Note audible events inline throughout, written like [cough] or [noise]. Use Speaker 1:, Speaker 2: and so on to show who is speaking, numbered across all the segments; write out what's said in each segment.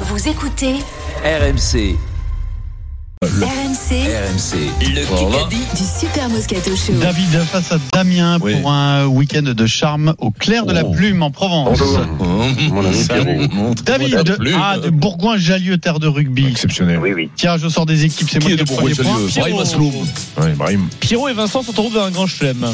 Speaker 1: Vous écoutez
Speaker 2: RMC,
Speaker 1: RMC
Speaker 2: RMC, le Kikadi.
Speaker 1: du Super Moscato Show.
Speaker 3: David face à Damien
Speaker 4: Oui.
Speaker 3: pour un week-end de charme au clair de la
Speaker 4: Oh.
Speaker 3: plume en Provence.
Speaker 4: Mon ami Pierrot.
Speaker 3: David de, ah, de Bourgoin-Jallieu, terre de rugby.
Speaker 4: Exceptionnel.
Speaker 5: Oui, oui.
Speaker 3: Tiens, je sors des équipes, c'est moi
Speaker 4: Qui
Speaker 3: qui
Speaker 4: est de
Speaker 3: ai le premier point.
Speaker 4: Bourgoin-Jallieu
Speaker 3: Pierrot.
Speaker 4: Brahim Asloum. Ouais, Brahim.
Speaker 6: Pierrot et Vincent sont en route vers un grand chelem.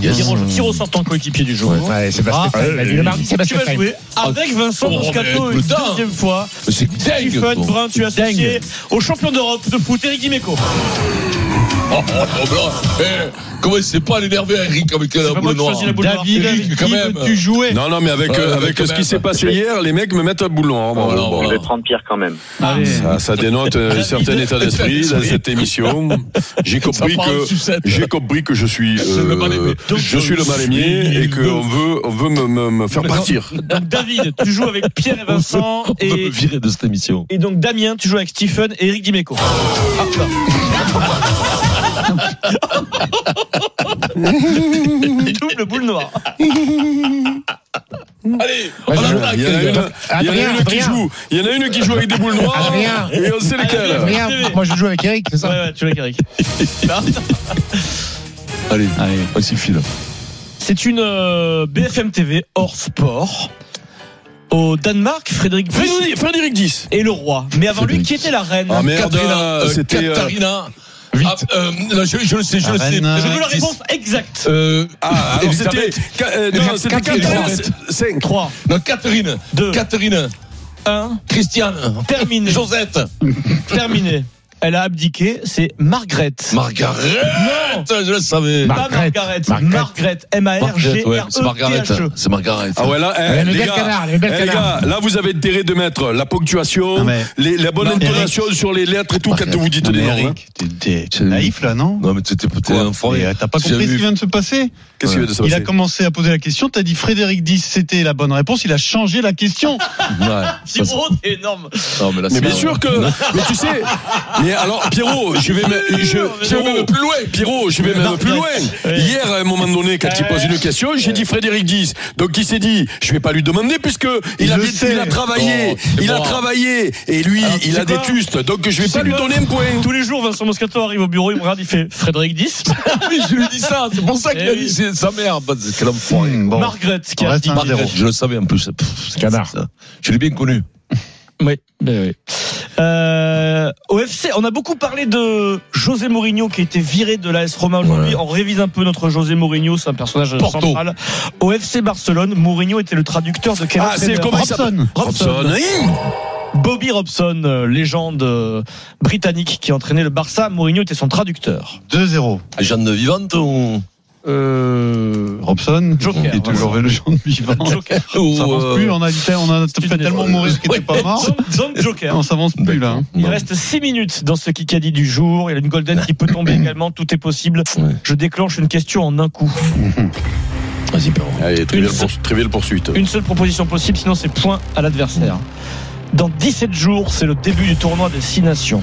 Speaker 6: Pierrot, Pierrot sort en coéquipier du jour.
Speaker 7: Ouais,
Speaker 3: Ah,
Speaker 7: Sébastien Fein, il a dit le mardi,
Speaker 6: Tu
Speaker 7: Sébastien
Speaker 6: vas
Speaker 7: Fein.
Speaker 6: jouer avec Vincent
Speaker 4: Oh,
Speaker 6: Moscato
Speaker 4: mais
Speaker 6: une
Speaker 4: putain.
Speaker 6: deuxième fois.
Speaker 4: C'est dingue.
Speaker 6: Stephen
Speaker 4: ton-
Speaker 6: Brun, tu es associé au champion d'Europe de foot, Eric Dimeco.
Speaker 4: Oh, oh, oh, blanc. Eh, comment il s'est pas énervé, Eric, avec la
Speaker 6: pas moi
Speaker 4: boule
Speaker 6: qui
Speaker 4: noire
Speaker 6: choisis la boule noire.
Speaker 3: David,
Speaker 4: Eric,
Speaker 3: avec
Speaker 4: quand
Speaker 3: qui
Speaker 4: même.
Speaker 3: veux-tu jouer
Speaker 8: Non, non, mais avec,
Speaker 4: Ouais,
Speaker 8: euh,
Speaker 4: avec
Speaker 8: avec
Speaker 4: quand
Speaker 8: ce
Speaker 4: même. Ah,
Speaker 8: qui s'est passé hier, les mecs me mettent à bout noir. Bon,
Speaker 4: Voilà,
Speaker 8: bon,
Speaker 4: Oh, voilà.
Speaker 5: Je vais prendre Pierre quand même.
Speaker 8: Ça, ça dénote euh, un certain état d'esprit dans cette émission. J'ai
Speaker 4: Ça
Speaker 8: compris
Speaker 4: part en
Speaker 8: que
Speaker 4: sucette.
Speaker 8: j'ai compris que je suis
Speaker 4: C'est le mal-aimé.
Speaker 8: euh, je suis le mal aimé et qu'on veut on veut me, me- me faire partir.
Speaker 6: Donc David, tu joues avec Pierre et Vincent.
Speaker 4: On va me
Speaker 6: Et,
Speaker 4: virer de cette émission.
Speaker 6: et donc Damien, tu joues avec Stephen et Eric Dimeco. [laughs] Double boule noire.
Speaker 4: Allez, on
Speaker 7: Ouais, je-
Speaker 4: attaque.
Speaker 8: Il y en a une, il y en a
Speaker 7: Adrien,
Speaker 8: une qui
Speaker 7: Adrien.
Speaker 8: joue, il y en a une qui joue avec des boules noires
Speaker 7: Adrien.
Speaker 8: et on sait lequel.
Speaker 7: Rien,
Speaker 6: TV.
Speaker 7: moi je joue avec Eric, c'est
Speaker 6: Ouais,
Speaker 7: ça
Speaker 6: ouais, tu joues avec Eric.
Speaker 4: Allez, on s'y file.
Speaker 6: C'est une euh, BFM TV hors sport. Au Danemark, Frédéric Puissy
Speaker 8: Frédéric, Frédéric 10.
Speaker 6: est le roi. Mais avant lui, qui était la reine
Speaker 8: Ah merde,
Speaker 4: Katarina,
Speaker 8: euh,
Speaker 4: euh,
Speaker 8: c'était euh,
Speaker 4: Katarina. Ah, euh, non, je, je le sais, je le sais.
Speaker 3: Arena.
Speaker 6: Je veux la
Speaker 4: Dix.
Speaker 6: réponse exacte.
Speaker 4: Euh,
Speaker 8: ah, alors c'était
Speaker 4: Elisabeth.
Speaker 8: Ca- euh, non, c'était
Speaker 4: Catherine.
Speaker 8: Catherine 5.
Speaker 6: 3,
Speaker 4: Non, Catherine.
Speaker 6: 2,
Speaker 4: Catherine.
Speaker 6: 1,
Speaker 4: Christiane.
Speaker 6: terminé.
Speaker 4: Josette.
Speaker 6: terminé. Elle a abdiqué, c'est Margaret.
Speaker 4: Margaret.
Speaker 6: non,
Speaker 4: Je le savais.
Speaker 6: pas
Speaker 7: Margaret.
Speaker 6: Margaret.
Speaker 7: Margaret.
Speaker 6: Margaret.
Speaker 4: Margaret,
Speaker 6: E
Speaker 4: ouais, c'est Margaret.
Speaker 6: M-A-R-G-R-E-T-H-E.
Speaker 4: C'est Margaret.
Speaker 8: Ah ouais là, eh,
Speaker 7: Elle est
Speaker 8: les
Speaker 7: belle
Speaker 8: gars,
Speaker 7: canard, elle est belle
Speaker 8: eh, les
Speaker 7: canard.
Speaker 8: gars, là vous avez intérêt de mettre la
Speaker 3: Non,
Speaker 8: ponctuation,
Speaker 3: mais-
Speaker 8: les- la bonne
Speaker 3: Non, mais
Speaker 8: intonation sur les lettres et tout quand
Speaker 4: Margaret.
Speaker 8: vous dites
Speaker 3: Non,
Speaker 8: des
Speaker 3: mais
Speaker 8: noms. hein.
Speaker 3: Eric, t'es- t'es t'es
Speaker 4: C'est-
Speaker 3: naïf là, non
Speaker 4: Non, mais t'étais t'es un franc.
Speaker 3: Mais, euh, T'as pas
Speaker 4: J'ai
Speaker 3: compris ce
Speaker 4: vu.
Speaker 3: qui vient de se passer
Speaker 8: Qu'est-ce qu'il va de se
Speaker 3: Il a
Speaker 8: passer
Speaker 3: commencé à poser la question, t'as dit Frédéric 10, c'était la bonne réponse, il a changé la question.
Speaker 4: Ouais, ça, c'est-
Speaker 6: Giro, t'es énorme.
Speaker 4: non, mais là,
Speaker 8: Mais
Speaker 4: c'est
Speaker 8: bien
Speaker 4: pas-
Speaker 8: sûr que. Mais tu sais. Mais alors, Pierrot, je vais même. Je,
Speaker 4: Je vais
Speaker 8: Pierrot,
Speaker 4: même plus loin.
Speaker 8: Pierrot, je vais même plus loin. Hier, à un moment donné, quand il pose une question, j'ai dit Frédéric 10. Donc il s'est dit, je vais pas lui demander puisque il
Speaker 3: Il
Speaker 8: a,
Speaker 3: le
Speaker 8: des-
Speaker 3: sait.
Speaker 8: il a travaillé,
Speaker 4: Oh, c'est
Speaker 8: il a
Speaker 4: bon.
Speaker 8: travaillé et lui,
Speaker 6: Alors, tu
Speaker 8: il
Speaker 6: sais
Speaker 8: a des
Speaker 6: quoi
Speaker 8: tustes. Donc je vais
Speaker 6: Tu sais
Speaker 8: pas lui
Speaker 6: quoi
Speaker 8: donner un point.
Speaker 6: Tous les jours, Vincent Moscato arrive au bureau, il me regarde, il fait Frédéric 10.
Speaker 4: [laughs] Oui, je lui dis ça. C'est pour ça qu'il a
Speaker 6: Eh oui.
Speaker 4: dit c'est sa mère. Bah, c'est Quel enfoiré.
Speaker 3: Hmm, bon.
Speaker 6: Margaret qui
Speaker 3: On
Speaker 6: a
Speaker 3: reste
Speaker 6: dit.
Speaker 3: un
Speaker 4: Margaret,
Speaker 3: zéro.
Speaker 4: je le savais un peu. c'est- pff, c'est-
Speaker 7: Canard.
Speaker 4: c'est ça. Je l'ai bien connu.
Speaker 6: Oui, ben oui. Euh, au FC, on a beaucoup parlé de José Mourinho qui a été viré de l'AS Roma aujourd'hui.
Speaker 4: Ouais.
Speaker 6: On révise un peu notre José Mourinho, c'est un personnage
Speaker 4: Porto.
Speaker 6: central. Au FC Barcelone, Mourinho était le traducteur de quel
Speaker 8: Ah, c'est
Speaker 6: entraîneur
Speaker 8: comment il s'appelle
Speaker 3: Robson.
Speaker 6: Robson.
Speaker 8: Robson, hein
Speaker 6: Bobby Robson, euh, légende euh, britannique qui entraînait le Barça. Mourinho était son traducteur.
Speaker 3: 2-0.
Speaker 4: Jeanne vivante ou.
Speaker 6: Euh...
Speaker 3: Robson.
Speaker 6: Joker,
Speaker 3: Il est toujours légende vivante.
Speaker 6: Joker.
Speaker 3: Ça
Speaker 4: ou,
Speaker 3: avance
Speaker 4: euh,
Speaker 3: plus, hein. on a, on a fait tellement mourir qu'il
Speaker 4: Ouais.
Speaker 3: était pas mort.
Speaker 6: Zone- zone Joker.
Speaker 3: On s'avance plus là. hein.
Speaker 6: Il
Speaker 4: euh, Non.
Speaker 6: reste 6 minutes dans ce Kikadi du jour. Il y a une Golden qui peut
Speaker 8: [coughs]
Speaker 6: tomber également. Tout est possible.
Speaker 4: Ouais.
Speaker 6: Je déclenche une question en un coup.
Speaker 4: Vas-y, Perron.
Speaker 8: Allez, trivial
Speaker 6: Une-
Speaker 8: poursu- trivial poursuite. Ah, ben
Speaker 6: Une seule proposition possible, sinon c'est point à l'adversaire. Dans 17 jours, c'est le début du tournoi des 6 nations.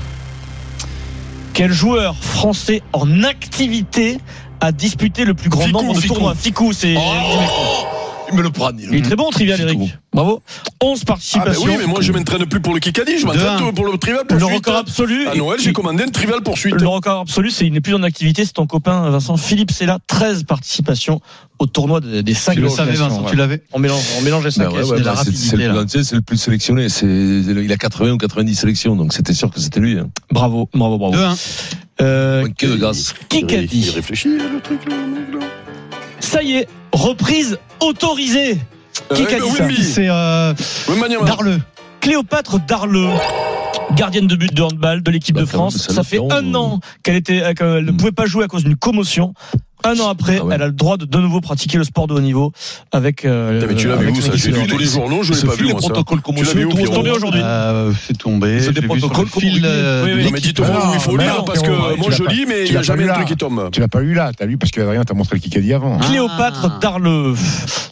Speaker 6: Quel joueur français en activité a disputé le plus grand
Speaker 8: Ficou,
Speaker 6: nombre de
Speaker 8: Ficou.
Speaker 6: tournois Ficou, c'est.
Speaker 4: Oh Il me le prend,
Speaker 6: Il est
Speaker 4: il.
Speaker 6: très bon, Trivial
Speaker 4: Ficou.
Speaker 6: Eric. Bravo. 11
Speaker 8: Ah, mais
Speaker 6: participations.
Speaker 8: oui, mais moi je m'entraîne plus pour le Kikadi, je
Speaker 3: Deux, un.
Speaker 8: m'entraîne pour le trivial
Speaker 6: le
Speaker 8: poursuite.
Speaker 6: record absolu.
Speaker 8: hein. À Noël, j'ai commandé une trivial poursuite.
Speaker 6: Le record absolu, c'est il n'est plus en activité, c'est ton copain euh, Vincent Philippe Sella, 13 participations au tournoi des, des 5
Speaker 3: Tu le savais, Vincent, tu l'avais.
Speaker 6: On mélange, on mélangeait ça.
Speaker 4: Ben ouais,
Speaker 6: Cass.
Speaker 4: ouais,
Speaker 3: de la
Speaker 4: bah, c'est-
Speaker 3: rapidité,
Speaker 4: c'est le plus
Speaker 3: là.
Speaker 4: lancé, c'est le plus sélectionné. C'est- Il a 80 ou 90 sélections, donc c'était sûr que c'était lui. hein.
Speaker 6: Bravo, bravo, bravo.
Speaker 3: 2-1.
Speaker 6: Euh,
Speaker 4: Manqué de grâce.
Speaker 6: qui qu'a
Speaker 8: Il
Speaker 6: dit
Speaker 8: réfléchit hein, le truc là, le mec, là.
Speaker 6: Ça y est, reprise autorisée. Qui
Speaker 8: Euh,
Speaker 6: qu'a dit
Speaker 8: oui,
Speaker 6: ça
Speaker 8: oui.
Speaker 3: C'est euh,
Speaker 8: Wembanyama.
Speaker 3: Darleux.
Speaker 6: Cléopâtre Darleux, gardienne de but de handball de l'équipe
Speaker 4: Bah,
Speaker 6: de
Speaker 4: quand même,
Speaker 6: France.
Speaker 4: ça
Speaker 6: Ça
Speaker 4: le
Speaker 6: fait
Speaker 4: fait
Speaker 6: un
Speaker 4: honte.
Speaker 6: an qu'elle était, euh, qu'elle ne
Speaker 4: Mm.
Speaker 6: pouvait pas jouer à cause d'une commotion. Un an après,
Speaker 4: Ah ouais.
Speaker 6: elle a le droit de de nouveau pratiquer le sport de haut niveau avec. euh,
Speaker 8: Ah, mais tu l'as vu
Speaker 6: avec
Speaker 8: où
Speaker 6: son
Speaker 8: ça J'ai
Speaker 6: équipe de
Speaker 8: lu
Speaker 6: handball.
Speaker 8: tous les journaux, je
Speaker 4: Il
Speaker 8: l'ai
Speaker 4: se
Speaker 8: pas
Speaker 4: file
Speaker 8: vu
Speaker 4: les
Speaker 8: moi ça.
Speaker 4: protocoles
Speaker 8: l'as vu où,
Speaker 4: commerciaux.
Speaker 8: Pierrot
Speaker 6: tombé aujourd'hui.
Speaker 3: Euh, c'est tombé.
Speaker 4: C'est des
Speaker 3: J'ai vu sur le
Speaker 4: protocoles
Speaker 3: fil
Speaker 4: qu'on
Speaker 3: euh,
Speaker 6: oublie.
Speaker 3: de
Speaker 6: Oui, oui.
Speaker 8: Non mais
Speaker 3: l'équipe.
Speaker 8: dites-moi où il faut
Speaker 7: Ah,
Speaker 8: lire
Speaker 7: non,
Speaker 8: parce
Speaker 7: Pierrot,
Speaker 8: que
Speaker 7: tu
Speaker 8: moi
Speaker 7: l'as
Speaker 8: je
Speaker 7: pas-
Speaker 8: lis mais
Speaker 7: tu
Speaker 8: il n'y a
Speaker 7: l'as
Speaker 8: jamais
Speaker 7: pas
Speaker 8: un
Speaker 7: vu
Speaker 8: truc
Speaker 7: là.
Speaker 8: qui tombe.
Speaker 7: Tu l'as pas eu là, t'as vu parce que Adrien t'a montré le Kikadi avant.
Speaker 6: Cléopâtre
Speaker 3: Ah.
Speaker 6: Darleux.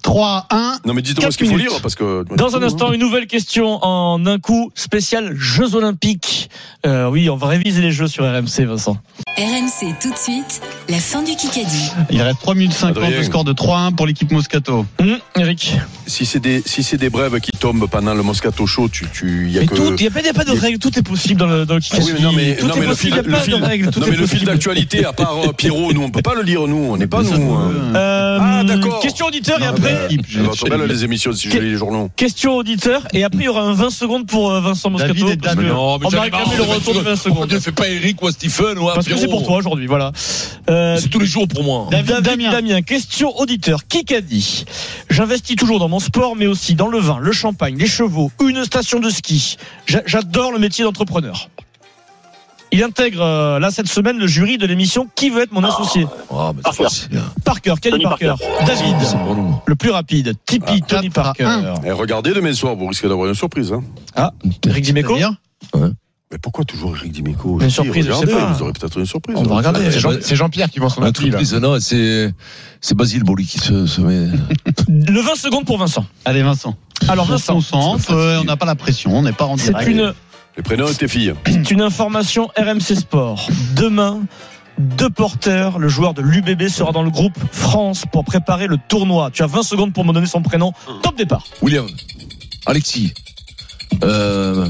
Speaker 3: 3-1.
Speaker 8: Non mais dites-moi
Speaker 6: Quatre
Speaker 8: ce qu'il faut
Speaker 6: minutes.
Speaker 8: lire parce que
Speaker 6: Dans un instant, une nouvelle question en un coup spécial Jeux Olympiques. Euh, oui, on va réviser les Jeux sur RMC, Vincent.
Speaker 1: RMC tout de suite, la fin du Kikadi.
Speaker 3: Il reste 3 minutes 50,
Speaker 8: Adrien.
Speaker 3: le score de 3-1 pour l'équipe Moscato.
Speaker 6: Hum, Eric.
Speaker 8: Si c'est des, si c'est des brèves qui tombent pendant le Moscato Show, tu, tu, y a
Speaker 6: Mais
Speaker 8: que.
Speaker 6: tout, il n'y a, pas- y a pas de
Speaker 8: il-
Speaker 6: règles, tout est possible dans le, dans le kick
Speaker 8: Ah oui, mais non, mais,
Speaker 6: tout
Speaker 8: non,
Speaker 6: est
Speaker 8: mais le
Speaker 6: possible,
Speaker 8: fil,
Speaker 6: il n'y
Speaker 8: le
Speaker 6: a pas
Speaker 8: fil-
Speaker 6: de règles, tout
Speaker 8: non,
Speaker 6: est
Speaker 8: mais le fil
Speaker 6: possible.
Speaker 8: d'actualité, à part euh, Pierrot, nous, on peut pas le lire, nous. On n'est pas
Speaker 3: Ça,
Speaker 8: nous. hein.
Speaker 3: euh,
Speaker 6: Euh,
Speaker 8: Ah, d'accord. Ah, bah,
Speaker 6: Question auditeur et
Speaker 8: Non,
Speaker 6: après,
Speaker 8: mais-
Speaker 3: équipe, je-
Speaker 8: Ça va trop belle, les émissions, si je
Speaker 6: Qu'est-
Speaker 8: lis les journaux.
Speaker 6: Question auditeur, et après il y aura un 20 secondes pour euh, Vincent
Speaker 3: David
Speaker 6: Moscato.
Speaker 3: et
Speaker 6: parce
Speaker 3: Dan.
Speaker 6: que
Speaker 3: Mais
Speaker 4: non, mais
Speaker 6: on
Speaker 4: j'en
Speaker 6: va
Speaker 4: ai
Speaker 6: réclamer
Speaker 4: marre,
Speaker 6: le
Speaker 4: on
Speaker 6: retour de
Speaker 4: fait
Speaker 6: 20
Speaker 4: Pourquoi
Speaker 6: secondes.
Speaker 4: ne fais pas Eric ou Stephen ou un
Speaker 6: Parce que c'est
Speaker 4: Pierrot
Speaker 6: pour toi aujourd'hui, voilà. Euh,
Speaker 4: C'est tous les jours pour moi.
Speaker 6: David,
Speaker 3: Damien.
Speaker 6: Damien. question auditeur. Qui qu'a dit J'investis toujours dans mon sport, mais aussi dans le vin, le champagne, les chevaux, une station de ski. J'a- J'adore le métier d'entrepreneur. Il intègre euh, là cette semaine le jury de l'émission Qui veut être mon associé
Speaker 4: Ah, mais c'est
Speaker 5: Parker.
Speaker 4: facile.
Speaker 6: Parker, Kenny
Speaker 5: Tony
Speaker 6: Parker. David,
Speaker 4: C'est pour nous.
Speaker 6: le plus rapide. Tipeee,
Speaker 7: Ah,
Speaker 6: Tony Parker.
Speaker 8: Eh, regardez demain soir, vous risquez d'avoir une surprise. Hein.
Speaker 6: Eric Dimeco.
Speaker 3: c'est-à-dire
Speaker 8: Mais pourquoi toujours Eric Dimeco
Speaker 6: Une surprise, je sais
Speaker 8: regardez,
Speaker 6: pas.
Speaker 8: Vous aurez peut-être une surprise. hein.
Speaker 7: On va regarder. C'est
Speaker 4: c'est
Speaker 7: Jean-
Speaker 4: pas-
Speaker 7: C'est Jean-Pierre qui vend son
Speaker 4: La
Speaker 7: appli, là.
Speaker 4: surprise, non, c'est c'est Basile Boli qui se, se met.
Speaker 6: Le 20 secondes pour Vincent.
Speaker 3: Allez, Vincent.
Speaker 6: Alors
Speaker 3: on
Speaker 6: Vincent,
Speaker 3: centre, euh, on n'a pas la pression, on n'est pas en
Speaker 7: Ah,
Speaker 6: c'est
Speaker 3: direct.
Speaker 6: une
Speaker 8: Les prénoms et tes filles.
Speaker 6: C'est une information RMC Sport. Demain, deux porteurs, le joueur de l'UBB sera dans le groupe France pour préparer le tournoi. Tu as 20 secondes pour me donner son prénom. Top départ.
Speaker 4: William. Alexis. Euh,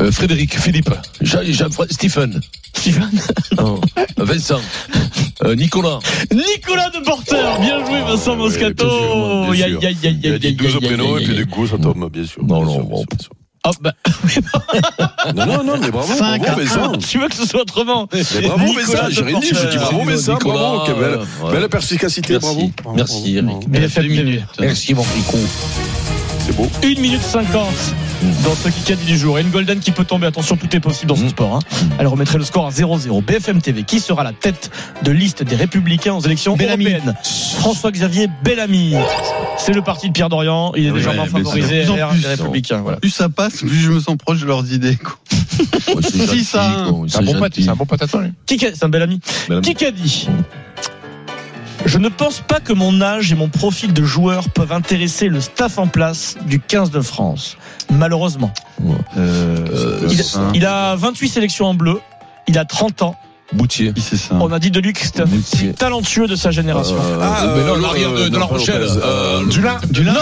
Speaker 4: euh, Frédéric, Philippe, Jean, Jean- Fra- Stephen,
Speaker 6: Steven.
Speaker 4: non, Vincent, euh, Nicolas.
Speaker 6: Nicolas de Porteur. Bien joué Vincent
Speaker 8: Oui, bien sûr,
Speaker 6: Moscato.
Speaker 8: bien
Speaker 6: Aïe,
Speaker 8: sûr.
Speaker 6: aïe, aïe, aïe,
Speaker 8: Il a dit
Speaker 6: aïe,
Speaker 8: 12
Speaker 6: aïe,
Speaker 8: prénoms
Speaker 6: aïe,
Speaker 8: et puis
Speaker 6: aïe.
Speaker 8: du coup, ça tombe, bien sûr.
Speaker 4: Non,
Speaker 8: bien
Speaker 4: non,
Speaker 8: sûr,
Speaker 4: bon.
Speaker 8: bien sûr,
Speaker 6: Ah, bah,
Speaker 4: Euh,
Speaker 8: bien sûr. non, non, non, mais bravo,
Speaker 3: Cinq à
Speaker 8: bravo, Vincent.
Speaker 6: Tu veux que ce soit autrement
Speaker 8: Mais bravo,
Speaker 6: Nicolas
Speaker 8: Vincent, j'ai rien dit, je dis
Speaker 6: Deporteur.
Speaker 8: bravo, Vincent, bravo, quelle belle,
Speaker 4: ouais.
Speaker 8: belle perspicacité, bravo.
Speaker 4: euh, Merci, merci Eric.
Speaker 6: BFM
Speaker 4: Deux minutes.
Speaker 6: TV.
Speaker 4: Merci mon fricot.
Speaker 8: C'est beau.
Speaker 6: 1 minute 50 dans ce Kikadi du jour. Et une Golden qui peut tomber. Attention, tout est possible dans
Speaker 3: Mm.
Speaker 6: ce sport. hein. Elle remettrait le score à 0-0. BFM TV, qui sera la tête de liste des Républicains aux élections
Speaker 3: Bellamy.
Speaker 6: européennes François-Xavier Bellamy. C'est le parti de Pierre Dorian.
Speaker 3: Ah
Speaker 6: Il est
Speaker 4: Ouais,
Speaker 6: légèrement
Speaker 4: mais
Speaker 6: favorisé
Speaker 3: c'est de plus en
Speaker 6: vers
Speaker 3: plus. hein.
Speaker 6: les Républicains. Voilà.
Speaker 3: Plus ça passe, plus je me sens proche de leurs idées. quoi.
Speaker 4: Ouais, c'est
Speaker 3: Si,
Speaker 4: gentil,
Speaker 3: ça,
Speaker 4: quoi,
Speaker 3: hein.
Speaker 7: C'est un bon pote,
Speaker 4: gentil.
Speaker 7: c'est un bon pataton, lui.
Speaker 6: Qui qu'a- C'est un Bellamy.
Speaker 4: Madame-
Speaker 6: Qui qu'a dit Je ne pense pas que mon âge et mon profil de joueur peuvent intéresser le staff en place du 15 de France. Malheureusement.
Speaker 4: Euh,
Speaker 6: Il,
Speaker 4: euh,
Speaker 6: il a 28 sélections en bleu. Il a 30 ans.
Speaker 4: Boutier.
Speaker 3: Qui c'est ça
Speaker 6: On a Oh. dit Ah. de lui que c'était un
Speaker 4: Boutier.
Speaker 6: talentueux de sa génération.
Speaker 4: Ah,
Speaker 8: euh,
Speaker 4: mais non,
Speaker 8: euh,
Speaker 4: l'arrière de, de La
Speaker 8: non, pas
Speaker 4: Rochelle.
Speaker 8: Lopez,
Speaker 4: euh,
Speaker 8: euh,
Speaker 3: Dulin Dulin
Speaker 6: Non.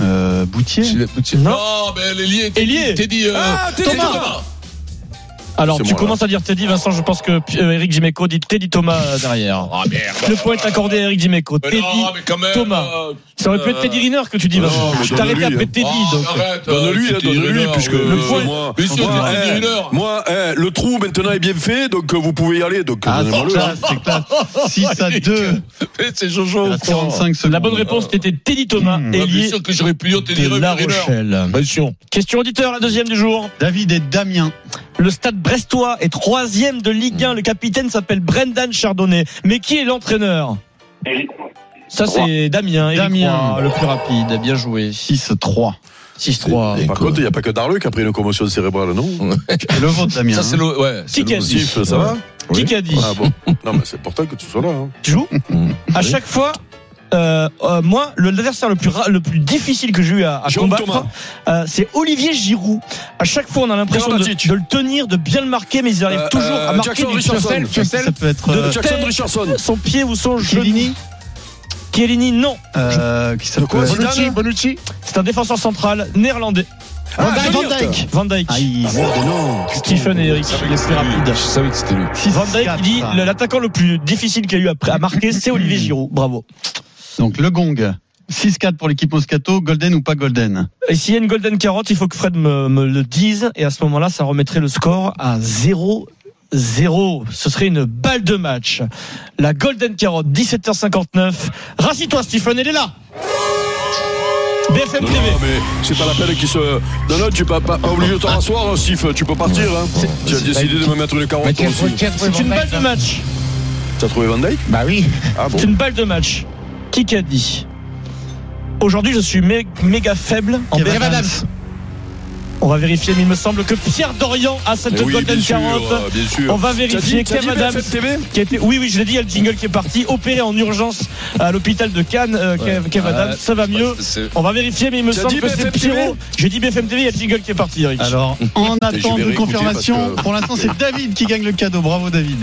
Speaker 3: Euh, Boutier
Speaker 4: Gilles- Boutier.
Speaker 6: Non.
Speaker 4: Non, mais les liés.
Speaker 6: Ailier.
Speaker 4: T'es dit. euh,
Speaker 6: Thomas. Alors,
Speaker 8: C'est
Speaker 6: tu
Speaker 8: moi,
Speaker 6: commences à dire Teddy, Vincent. Je pense que euh, Eric Dimeco dit Teddy Thomas euh, derrière.
Speaker 4: Ah merde.
Speaker 6: Le point est accordé à Eric Dimeco.
Speaker 4: Mais
Speaker 6: Teddy.
Speaker 4: non, mais quand même.
Speaker 6: Thomas.
Speaker 7: Ah,
Speaker 4: euh,
Speaker 6: Ça aurait pu être
Speaker 4: euh,
Speaker 6: Teddy Riner que tu dis,
Speaker 8: non,
Speaker 6: Vincent.
Speaker 8: mais
Speaker 6: Je t'arrêtais
Speaker 8: donne-lui,
Speaker 6: après Teddy.
Speaker 4: oh,
Speaker 6: donc.
Speaker 7: arrête, euh,
Speaker 8: Donne-lui, hein,
Speaker 7: c'était une
Speaker 8: donne-lui,
Speaker 7: erreur,
Speaker 8: puisque
Speaker 7: oui.
Speaker 8: euh,
Speaker 6: Le point-
Speaker 8: moi,
Speaker 4: Mais sûr,
Speaker 8: moi,
Speaker 4: c'est
Speaker 8: eh,
Speaker 4: une erreur.
Speaker 8: moi, eh, le trou maintenant est bien fait, donc euh, vous pouvez y aller. Donc,
Speaker 3: Ah,
Speaker 8: donnez-moi
Speaker 3: c'est
Speaker 8: le.
Speaker 3: classe,
Speaker 6: [laughs]
Speaker 3: c'est classe.
Speaker 6: Oh,
Speaker 3: 6 à 2.
Speaker 4: C'est Jojo.
Speaker 3: Il reste 45 secondes.
Speaker 6: La bonne réponse, c'était Teddy Thomas,
Speaker 3: Mmh.
Speaker 4: Ah, Bien
Speaker 6: ailier
Speaker 4: sûr que j'aurais pu dire t'es dit
Speaker 6: de La
Speaker 4: Riner.
Speaker 6: Rochelle.
Speaker 4: Bien sûr.
Speaker 6: Question auditeur, la deuxième du jour.
Speaker 3: David et Damien.
Speaker 6: Le stade brestois est troisième de Ligue 1. Le capitaine s'appelle Brendan Chardonnay. Mais qui est l'entraîneur Ça, c'est Damien. Eric
Speaker 3: Damien.
Speaker 6: Roy, le plus rapide. Bien joué.
Speaker 3: 6-3.
Speaker 6: 6-3.
Speaker 8: Par contre, il n'y a pas que Darle qui a pris une commotion cérébrale, non
Speaker 3: Et Le vôtre, Damien. hein.
Speaker 4: Ça, c'est le. Ouais. c'est
Speaker 6: Qui qu'a
Speaker 4: le-
Speaker 6: dit
Speaker 8: Sif, ça va
Speaker 6: Qui qu'a dit
Speaker 8: Ah bon Non, mais c'est important que tu sois là. hein.
Speaker 6: Tu
Speaker 8: [laughs]
Speaker 6: joues
Speaker 4: Mm.
Speaker 6: À chaque fois, euh, euh, moi, le- l'adversaire le plus, ra- le plus difficile que j'ai eu à, à
Speaker 8: Jérôme Thomas.
Speaker 6: combattre, euh, c'est Olivier Giroud. À chaque fois, on a l'impression
Speaker 8: Gérard
Speaker 6: de,
Speaker 8: Matic.
Speaker 6: de le tenir, de bien le marquer, mais ils arrivent
Speaker 8: Euh,
Speaker 6: toujours
Speaker 8: euh,
Speaker 6: à marquer
Speaker 8: Jackson
Speaker 6: du
Speaker 8: Richardson.
Speaker 6: pied.
Speaker 3: Ça peut être.
Speaker 6: De-
Speaker 3: euh,
Speaker 8: Jackson
Speaker 6: tête.
Speaker 8: Richardson.
Speaker 6: Son pied ou son genou.
Speaker 3: Chiellini
Speaker 6: Chiellini, non.
Speaker 3: Euh, Qui ça
Speaker 8: De quoi,
Speaker 3: peut être-
Speaker 4: Bonucci,
Speaker 8: Zidane
Speaker 4: Bonucci.
Speaker 6: C'est un défenseur central néerlandais.
Speaker 8: Ah,
Speaker 6: Van
Speaker 8: Van Dijk.
Speaker 6: Dijk. Van Dijk.
Speaker 3: Aïe.
Speaker 8: Merde, Oh, non
Speaker 6: Stephen et Eric, les plus
Speaker 4: Je
Speaker 6: rapides.
Speaker 4: savais que c'était lui.
Speaker 6: Van Dijk il dit
Speaker 3: 6-4.
Speaker 6: le- l'attaquant le plus difficile qu'il y a eu à, à marquer, c'est Olivier Giroud. Bravo.
Speaker 3: Donc le gong. 6-4 pour l'équipe Moscato, golden ou pas golden
Speaker 6: Et s'il y a une golden carotte, il faut que Fred me, me le dise. Et à ce moment-là, ça remettrait le score à 0. 0, ce serait une balle de match. La Golden Carotte, 17h59. Rassis-toi, Stephen, elle est là. BFM
Speaker 8: Non,
Speaker 6: TV.
Speaker 8: non, mais c'est pas la peine qu'il se. Non, non, tu peux pas, pas obligé de te rasseoir, hein, Sif. Tu peux partir. Hein. Tu as décidé de me mettre une carotte toi aussi.
Speaker 6: C'est une balle de match.
Speaker 8: T'as trouvé Van Dyke
Speaker 4: Bah oui.
Speaker 8: Ah bon
Speaker 6: C'est une balle de match. Qui qu'a dit Aujourd'hui, je suis mé- méga faible en
Speaker 3: Kev
Speaker 6: BFM.
Speaker 3: Adams.
Speaker 6: On va vérifier, mais il me semble que Pierre Dorian a cette
Speaker 8: Mais Eh oui,
Speaker 6: Golden
Speaker 8: bien sûr,
Speaker 6: Carotte.
Speaker 8: euh, bien sûr.
Speaker 6: On va
Speaker 8: T'as
Speaker 6: vérifier
Speaker 8: dit, t'as dit
Speaker 6: Kev Adams,
Speaker 8: BFM TV
Speaker 6: qui a été- oui, oui, je l'ai dit, il y a le jingle qui est parti, opéré en urgence à l'hôpital de Cannes. euh, Kev, Kev Adams, ça va mieux.
Speaker 4: C'est-
Speaker 6: On va vérifier, mais il me
Speaker 8: T'as
Speaker 6: semble
Speaker 8: dit
Speaker 6: que c'est
Speaker 8: BFM TV?
Speaker 6: Pierrot. J'ai dit BFM TV, il y a le jingle qui est parti, Eric.
Speaker 3: Alors, en
Speaker 8: je vais
Speaker 3: attente de
Speaker 8: réécouter parce
Speaker 3: confirmation,
Speaker 8: que- [laughs]
Speaker 3: pour l'instant, c'est David qui gagne le cadeau. Bravo, David.